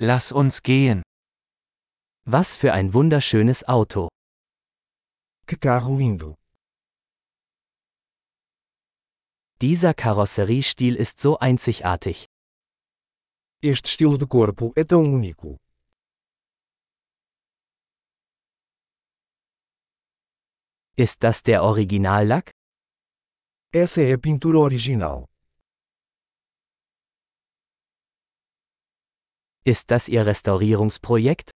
Lass uns gehen. Was für ein wunderschönes Auto. Que carro lindo! Dieser Karosseriestil ist so einzigartig. Este estilo de corpo é tão único. Ist das der Originallack? Essa é a pintura original. Ist das Ihr Restaurierungsprojekt?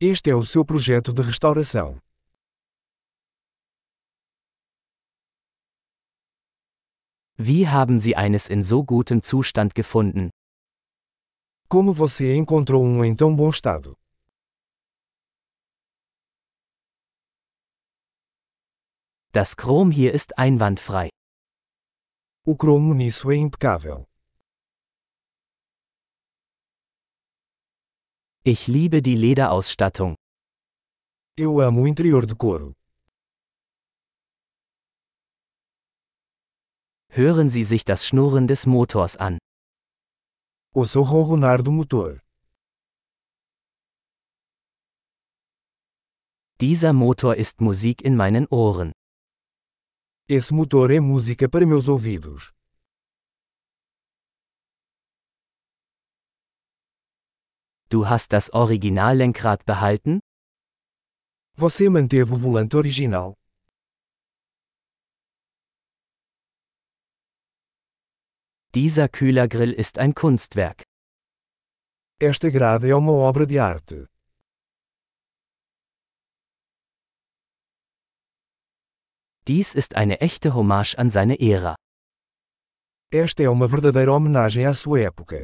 Este é o seu projeto de restauração. Wie haben Sie eines in so gutem Zustand gefunden? Como você encontrou um em tão bom estado? Das Chrom hier ist einwandfrei. O cromo nisso é impecável. Ich liebe die Lederausstattung. Eu amo o interior de couro. Hören Sie sich das Schnurren des Motors an. Ouça o ronronar do motor. Dieser Motor ist Musik in meinen Ohren. Esse motor é música para meus ouvidos. Du hast das Originallenkrad behalten? Você manteve o volante original? Dieser Kühlergrill ist ein Kunstwerk. Esta grade é uma obra de arte. Dies ist eine echte Hommage an seine Ära. Esta é uma verdadeira homenagem à sua época.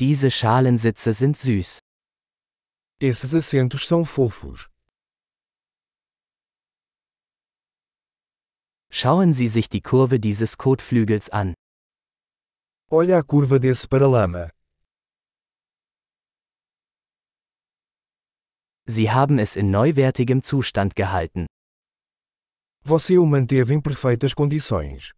Diese Schalensitze sind süß. Esses assentos são fofos. Schauen Sie sich die Kurve dieses Kotflügels an. Olha a curva desse paralama. Sie haben es in neuwertigem Zustand gehalten. Você o manteve em perfeitas condições.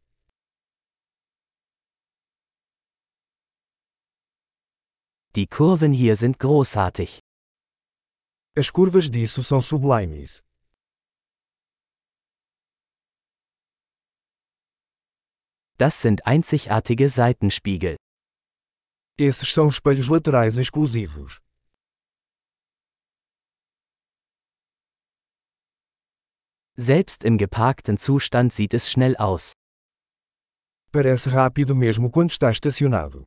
Die Kurven hier sind großartig. As curvas disso são sublimes. Das sind einzigartige Seitenspiegel. Esses são espelhos laterais exclusivos. Selbst im geparkten Zustand sieht es schnell aus. Parece rápido mesmo quando está estacionado.